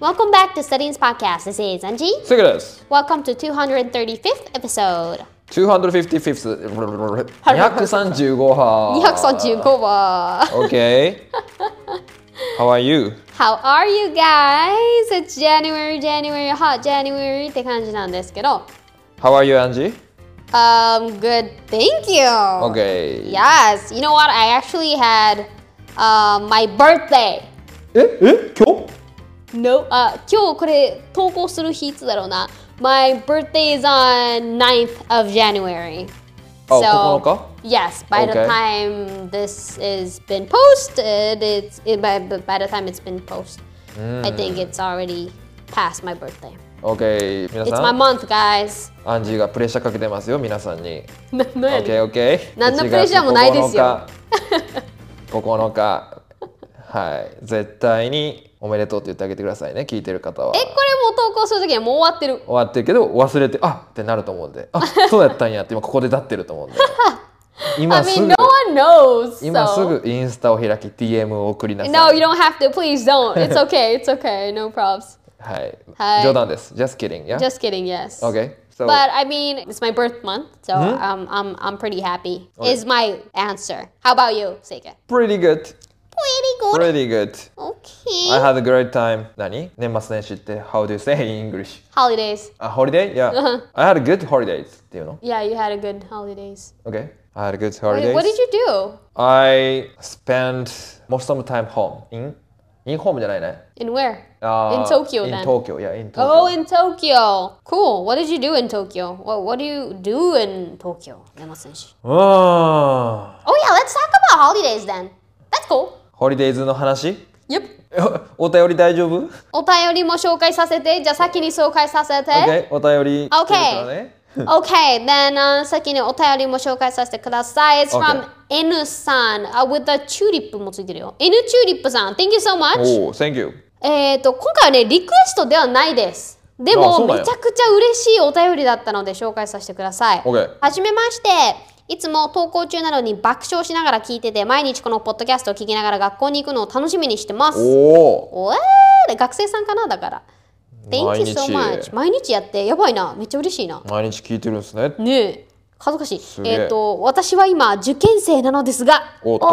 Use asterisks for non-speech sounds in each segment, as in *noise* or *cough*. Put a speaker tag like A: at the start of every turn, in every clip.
A: Welcome back to Studying's podcast. This is Anji.
B: セグです。
A: Welcome to 235th episode.
B: 255th。235波。
A: 235話
B: Okay. How are you?
A: How are you guys? It's January, January, hot January って感じなんですけど。
B: How are you, Angie?
A: Um, good. Thank you.
B: Okay.
A: Yes. You know what? I actually had uh, my birthday.
B: ええ今
A: No. あ、今日これ投稿する日いつだろうな。My birthday is on 9th of January.
B: あ9日
A: yes, by the
B: Oh, Okay.
A: time this is been posted, it's it, by, by the time it's been posted,
B: Hmm.
A: I think it's already past my birthday.
B: 日 ?Okay. 皆
A: It's
B: さ
A: my
B: ん、
A: month, guys. *laughs*
B: アンジーがプレッシャーかけてますよ、皆さんに。
A: ななんやねん
B: Okay, okay.
A: 何のプレッシャーもないですよ
B: 1月9日。9日。はい。絶対におめでとうって言ってあげてくださいね、聞いてる方は。
A: Eh, え、これもう投稿するときにはもう終わってる。
B: 終わってるけど忘れてあってなると思うんであそうやったんやって今ここで立ってると思う
A: *laughs*
B: んで
A: I
B: 今す
A: mean,
B: ぐ
A: no one knows.
B: 今
A: so.
B: すぐインスタを開き DM を送りなさい
A: No, you don't have to. Please don't. It's okay. It's okay. No props.
B: はい、
A: はい
B: 冗談です Just kidding yeah
A: Just kidding. Yes.
B: okay so Mm-hmm.
A: But I mean, it's my birth month, so um, I'm I'm pretty happy.
B: Oh,
A: Is my answer. How about you, Seika?
B: pretty good
A: Pretty good.
B: pretty good
A: Okay.
B: I had a great time 何年末年始って How do you say in English
A: Holidays.
B: あ holiday yeah I had a good holidays っていうの
A: Yeah, you had a good holidays.
B: okay I had a good
A: Wait,
B: holidays
A: what did you do?
B: I spent most of the time home in in home じゃないね
A: And where?
B: あー
A: In Tokyo
B: in
A: then.
B: Tokyo yeah in Uh, Tokyo
A: Oh, in Tokyo. Cool. What did you do in Tokyo? What What do you do in Tokyo? 山選手。
B: うーん
A: Oh yeah, let's talk about holidays then. That's cool.
B: ホリデイズの話
A: Yep.
B: おお便り大丈夫
A: お便りも紹介させて。じゃあ先に紹介させて。
B: ?OK? お便り来てるからね。
A: *laughs* Okay, then uh, 先にお便りも紹介させてください。It's from
B: Okay.
A: N さん、uh, with the tulip もついてるよ。N チューリップさん、Thank you so much。
B: おお、Thank you。
A: えっと、今回はね、リクエストではないです。で
B: あそ
A: も、
B: うなん
A: め
B: や
A: ちゃくちゃ嬉しいお便りだったので紹介させてください。
B: OK
A: はじめまして。いつも投稿中なのに爆笑しながら聞いてて、毎日このポッドキャストを聞きながら学校に行くのを楽しみにしてます。
B: おお。
A: おえーで学生さんかなだから。Thank you so
B: 毎
A: much.
B: 日
A: 毎日やって、やばいな。めっちゃ嬉しいな。
B: 毎日聞いてるんですね。
A: ねえ恥ずかしい
B: げえ
A: えっ、と私は今受験生なのですが
B: おっと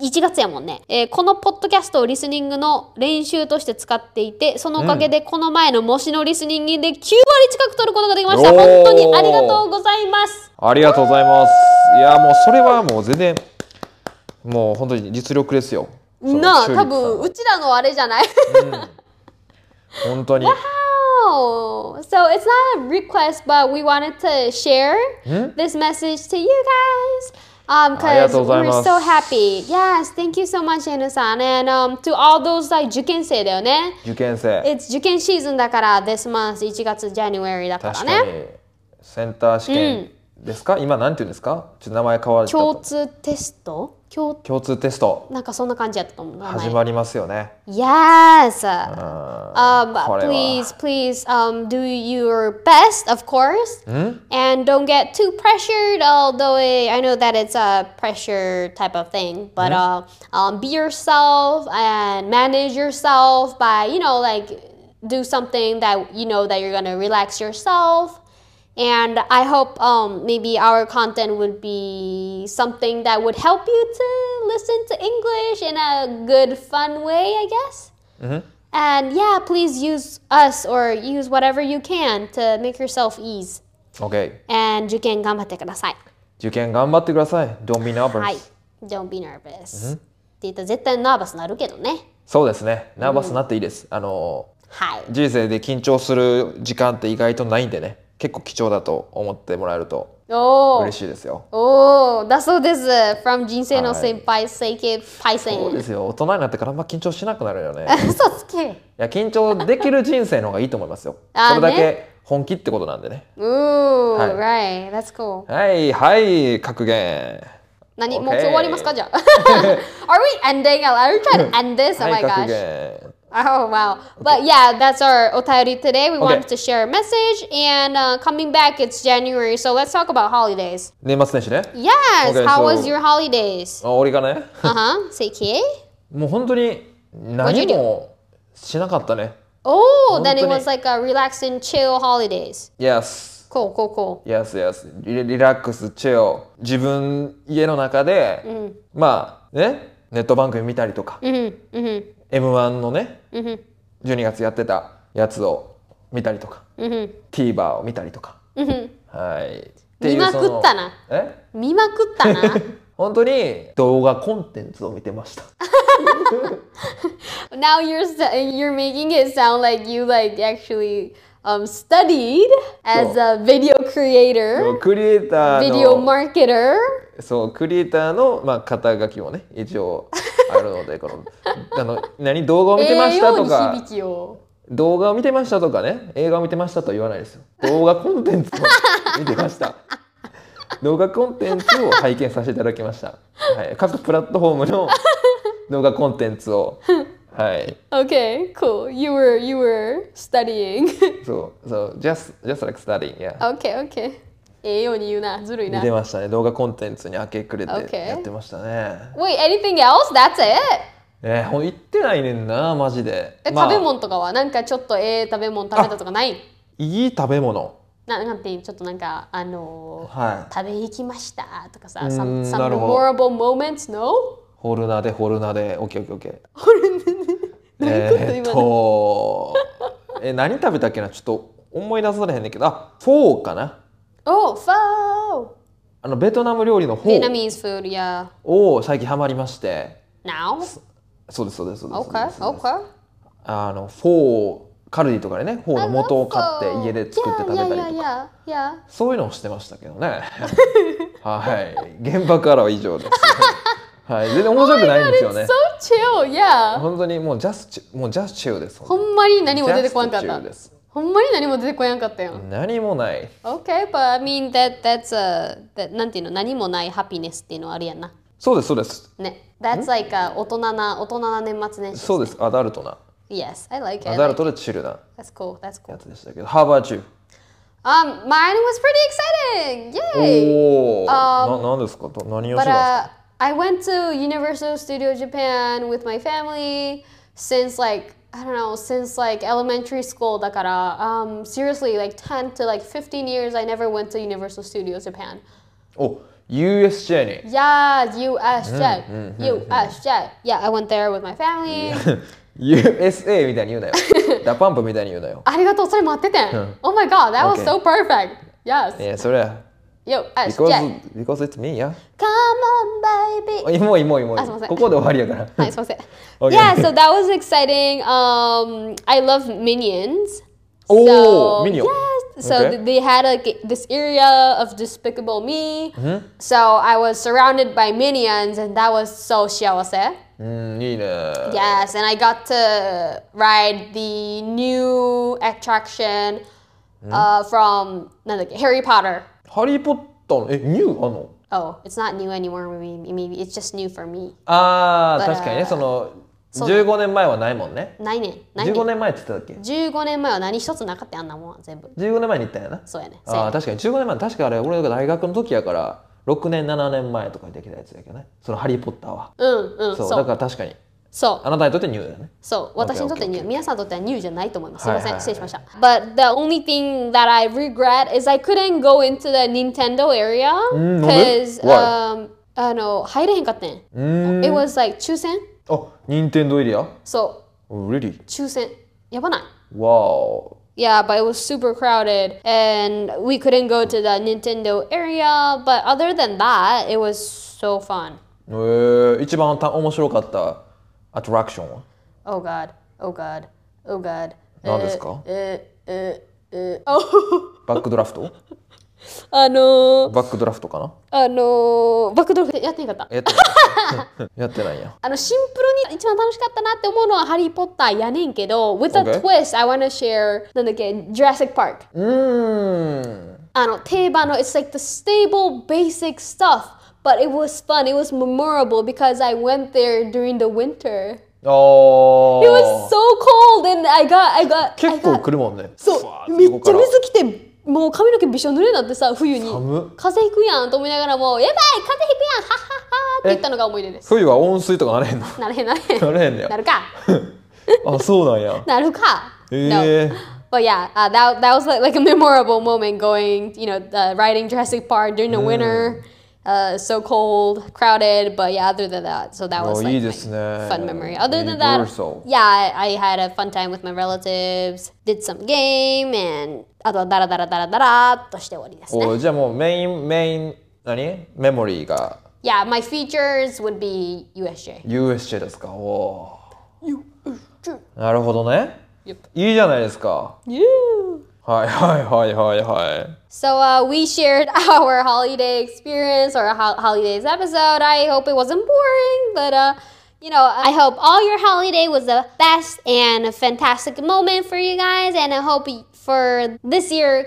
A: 1月やもんね、えーこのポッドキャストをリスニングの練習として使っていてそのおかげでこの前の模試のリスニングで9割近く取ることができました
B: おー
A: 本当にありがとうございます
B: ありがとうございます。いや、もうそれはもう全然、もう本当に実力ですよ。その
A: なあ
B: チューリ
A: 多
B: ップさんは
A: 分うちらのあれじゃない
B: 本当に。
A: Wow. Oh, So it's not a request, but we wanted to share this message to you guys. Um,
B: ありが
A: because
B: とうござい
A: we're
B: ます
A: so happy. Yes, thank you so much, Anu-san. And um, to all those like 受験生だよね。
B: 受験生。
A: It's 受験シーズンだから、this month 1月 January だから
B: 確か
A: ね。
B: に。センター試験ですか今なんて言うんですかちょっと名前変わっちゃ
A: 共
B: った。
A: 通テスト共
B: 共通テスト、
A: なんかそんな感じやったと思う。名前
B: 始まりますよね。
A: Yes.
B: うん
A: Um,
B: これは
A: please, please um, do your best, of course. And don't get too pressured, although eh, I know that it's a pressure type of thing. But uh, um, be yourself and manage yourself by, you know, like do something that you know that you're going to relax yourself. And I hope um, maybe our content would be something that would help you to listen to English in a good, fun way, I guess. And yeah, please use us or use whatever you can to make yourself ease.
B: OK。
A: And 受験頑張ってください。
B: 受験頑張ってください。Don't be nervous、
A: はい。Don't be nervous. って言ったら絶対ナーバスなるけどね。
B: そうですね。ナーバスになっていいです。あの
A: はい。
B: 人生で緊張する時間って意外とないんでね。結構貴重だと思ってもらえると
A: お
B: 嬉
A: ー。
B: しいですよ。
A: おー。だそうです。from uh, 人生の先輩、整形パイセン。
B: そうですよ。大人になってからあんま緊張しなくなるよね。
A: *laughs*
B: い
A: 嘘つけ。
B: や緊張できる人生の方がいいと思いますよ。
A: *laughs* あー
B: それだ
A: ね
B: け本気ってことなんでね。
A: Ooh,
B: は
A: right. That's cool.
B: はいはい格言。
A: 何、
B: Okay.
A: もう終わりますかじゃあ。Are we ending? Are we
B: *laughs*
A: trying to end this? Oh
B: は
A: my
B: い格
A: gosh.
B: 言。
A: Oh wow. But yeah, that's our otauri today. We wanted
B: Okay.
A: to share a message and uh, coming back it's January, so let's talk about holidays.
B: 年末年始ね。
A: Yes,
B: Okay,
A: how
B: so-
A: was your
B: *laughs*
A: holidays?
B: あ俺がね、
A: uh-huh. Say K.
B: もう本当に何もしなかったね。
A: Oh, then it
B: 本当に。
A: was like a relax and chill holidays.
B: Yes
A: Cool, cool, cool.
B: Yes, yes. リリラックス、チェオ。自分、家の中で、まあ、ね、ネット番組見たりとか、
A: Mm-hmm, mm-hmm,
B: M1 のね、
A: mm-hmm,
B: 12月やってたやつを見たりとか、
A: mm-hmm,
B: TVer を見たりとか。
A: mm-hmm.
B: はい。ってい
A: 見
B: う
A: ま
B: そ
A: く
B: の
A: ったな。
B: え
A: 見まくった
B: *laughs*
A: な。
B: 本当に動画コンテンツを見てました。
A: now you're st- you're making it sound like you like actually um, studied as a video creator,
B: クリエイター
A: video
B: の
A: marketer.
B: そうクリエイターの、まあ、肩書きもね一応あるのでこのあの何動画を見てました
A: 栄
B: と
A: 養に
B: か
A: 響きを
B: 動画を見てましたとかね映画を見てましたとは言わないですよ動画コンテンツ
A: *laughs*
B: を見てました動画コンテンツを拝見させていただきました、はい、各プラットフォー
A: *laughs*
B: ムの動画コンテンツをはい
A: Okay, cool. You were you were studying. *laughs*
B: そうそう just just like studying yeah
A: okay, okay. 栄養に言うな、ずるい
B: 見
A: な。
B: てましたね動画コンテンツに明け暮れ
A: Okay.
B: てやってましたね
A: Wait, anything else? That's it?
B: えー、ほん行ってないねんなマジで
A: え、
B: まあ
A: 食べ物とかはなんかちょっとええ食べ物食べたとかない
B: いい食べ物
A: ななんていうちょっとなんかあのー
B: はい
A: 食べに行きましたとかさ、
B: ーん
A: some,
B: な
A: some
B: るほ
A: memorable moments, no?
B: ホルナでホルナでオッケーオッケーオッケー
A: どういうこと
B: えーっとえ何食べたっけなちょっと思い出されへんねんけどあフォーかな
A: Oh, pho!
B: あのベトナム料理のフォー
A: Vietnamese food, yeah.
B: を最近ハマりまして
A: Now?
B: そうですそうですそうです
A: Okay,
B: そうです
A: okay.
B: あのフォーカルディとかでねフォーの元を買って家で作って食べたりとか
A: Yeah, yeah, yeah, yeah.
B: そういうのをしてましたけどね。 *laughs* はい、現場からは
A: *laughs*
B: 以上です。はい、全然面白くないんですよ
A: yeah.
B: ね
A: It's。so chill, yeah.
B: 本当にもうジャスチもうジャスチューです。
A: ほんまに何も出てこなかっ
B: Just chill
A: た
B: です。
A: ほんまに何も出てこやんかったやん。
B: 何もない。
A: Okay, but I mean that that's a that なんていうの何もないハピネスっていうのはあるやんな。
B: そうですそうです。
A: ね。That's like a 大人な大人な年末年始。
B: そうです。アダルトな
A: Yes, I like it.
B: ア
A: I like
B: ダルトでチルな
A: it. That's cool. That's cool.
B: やつでしたけど、ハーバーチュ
A: Um, mine was pretty exciting.
B: ー。
A: Yay!
B: おお。な何ですか。ど何を
A: But
B: しま
A: uh,
B: す
A: I went to Universal Studio Japan with my family since like I don't know since like elementary school. だから、um, seriously like 10 to like 15 years I never went to Universal Studio Japan.
B: お、USJ に。 *laughs*
A: Yeah,
B: Hmm,
A: USJ. USJ. Yeah, I went there with my family.
B: USA みたいに言うなよ。
A: *laughs*
B: ダパンプみたいに言うなよ。
A: ありがとう、それ待っててん。Oh my god, that was
B: Okay.
A: so perfect. Yes.
B: いやそれは
A: USJ.
B: because because it's me や。
A: Come on, baby.
B: いもういもういもう
A: あすいません
B: ここで終わりやから。 *laughs*
A: はい、すいません。
B: Okay.
A: Yeah, so that was exciting. Um, I love minions.
B: Oh, Minion.
A: Yes. So
B: Okay.
A: th- they had like this area of Despicable Me.
B: Mm-hmm.
A: So I was surrounded by minions, and that was so 幸せ。
B: うん、いいね。
A: Yes, and I got to ride the new attraction
B: Mm-hmm.
A: uh, from なんだっけ Harry Potter.
B: ハリー・ポッターの、え、ニューあんの
A: Oh, it's not new anymore. Maybe, maybe it's just new for me.
B: ああ、
A: But,
B: 確かに
A: uh,
B: ね、その、
A: そうだ
B: 15年前はないもんね。
A: ないねんないねん
B: 15年前って言ってたっ
A: 15年前は何一つなかったやんなもんは全部。
B: け ?15 年前に行ったんやな。
A: そうやね。そうや
B: ああ、
A: ね
B: 確かに15年前、確かあれ、俺が大学の時やから、6年、7年前とかにできたやつやけどね。そのハリー・ポッターは。
A: うんうん、
B: そ、
A: そうう。
B: だから確かに。
A: そう
B: あなたにとってニューだよね。
A: そう、私にとってニュ
B: okay,
A: ー、皆さんにとってはニューじゃないと思います。す
B: は
A: み
B: い
A: ま
B: はい
A: せん、失
B: はい
A: 礼しました。But the only thing that I regret is I couldn't go into the Nintendo area
B: んなんで
A: because
B: Why?
A: um あの入れへんかったね。It
B: Mm.
A: was like 抽選。
B: あ、任天堂エリア
A: そ
B: ?Really?
A: う、抽選。やばない。
B: Wow.
A: Yeah, but it was super crowded and we couldn't go to the Nintendo area. But other than that, it was so fun.
B: えー、一番た面白かったアトラクションは
A: Oh god. Oh god. Oh god.
B: 何ですか
A: えーえーえー *laughs* お
B: バックドラ
A: *laughs*
B: フト
A: Oh, あのー、
B: バックドラフトかな
A: あのー、バックドロフやってなかった。
B: やって
A: *laughs*
B: ない *laughs* やってないんや。
A: あのシンプルに一番楽しかったなって思うのはハリー・ポッターやねんけど、with a
B: Okay.
A: twist, I wanna share なんだっけ、Jurassic Park。
B: うーん。
A: あの定番の it's like the stable basic stuff, but it was fun, it was memorable because I went there during the winter.
B: ああ。
A: It was so cold and I got I got
B: Oh。結構
A: I got-
B: 来るもんね。
A: そうめっちゃ水きてもう髪の毛びしょ濡れになってさ冬に
B: 寒っ
A: 風邪ひくやんと思いながらもやばい風邪ひくやんはっはっはって言ったのが思い出です
B: 冬は温水とかなれへんの *laughs*
A: なれへんなれへん
B: なれへんねや
A: なるか
B: あ、そうなんや。
A: なるか
B: えええ
A: But yeah, uh, that, that was like, like a memorable moment going, you know, uh, riding Jurassic Park during the winter. Uh, so cold, crowded, but yeah, other than that, so that was
B: いい
A: like
B: ですね
A: my。fun memory. Other than that,
B: Universal
A: yeah, I, I had a fun time with my relatives, did some game, and あとはダラダラダラダラっとして終わりですね。
B: おーじゃあもうメインメイン何メモリーが
A: Yeah, my features would be USJ.
B: USJ ですかお
A: USJ.
B: ーなるほどね
A: Yep.
B: いいじゃないですか
A: Yeah.
B: はいはいはいはいはい
A: So uh, we shared *laughs* our holiday experience or ho- holidays episode. I hope it wasn't boring, but uh, you know, I hope all your holiday was the best and a fantastic moment for you guys. And I hope y- for this year,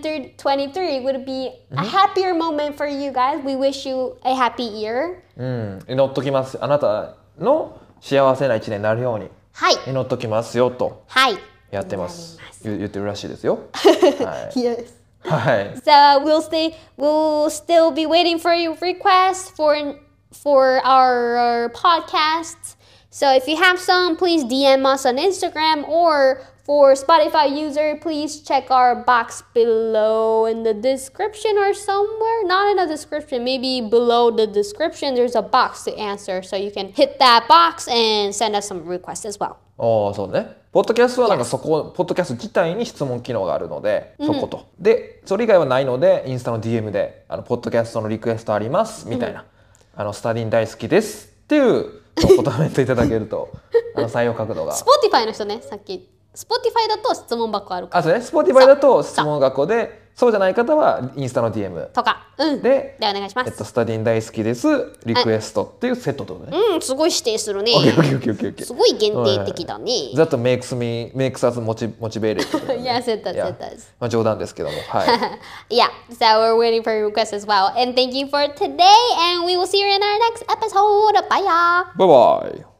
A: 2023, would be a happier moment for you guys. We wish you a happy year.
B: うん祈っときますあなたの幸せな一年になるように
A: Hi,
B: 祈っときますよと
A: hi.
B: やってます言言ってるらしいですよ
A: Yes.
B: はい、
A: So we'll stay. We'll still be waiting for your requests for for our, our podcasts. So if you have some, please DM us on Instagram or for Spotify user, please check our box below in the description or somewhere. Not in the description, maybe below the description. There's a box to answer, so you can hit that box and send us some requests as well.
B: おおそうねポッドキャストはなんかそこポッドキャスト自体に質問機能があるのでそこと、でそれ以外はないのでインスタの DM であの「ポッドキャストのリクエストあります」みたいな「あのスタディン大好きです」っていうのをコメントいただける *laughs* とあの採用角度が
A: Spotify の人ね、さっき。Spotify だと質問箱あるから。
B: あそうね Spotify だと質問学校でそうじゃない方はインスタの DM
A: とか。うん。で、
B: で
A: お願いしま
B: えっ
A: す
B: と、。スタディン大好きです、リクエストっていうセットってことね。
A: うん、すごい指定するね。
B: OKOKOKOK。
A: すごい限定的だ *laughs* ね。
B: That makes me, makes us motiv- motivated. *laughs* ということで
A: Yes, it does,
B: Yeah.
A: it does.
B: まあ冗談ですけども。はい。
A: *laughs* yeah, so we're waiting for your requests as well. And thank you for today, and we will see you in our next episode. Bye, y'all.
B: バイバイ。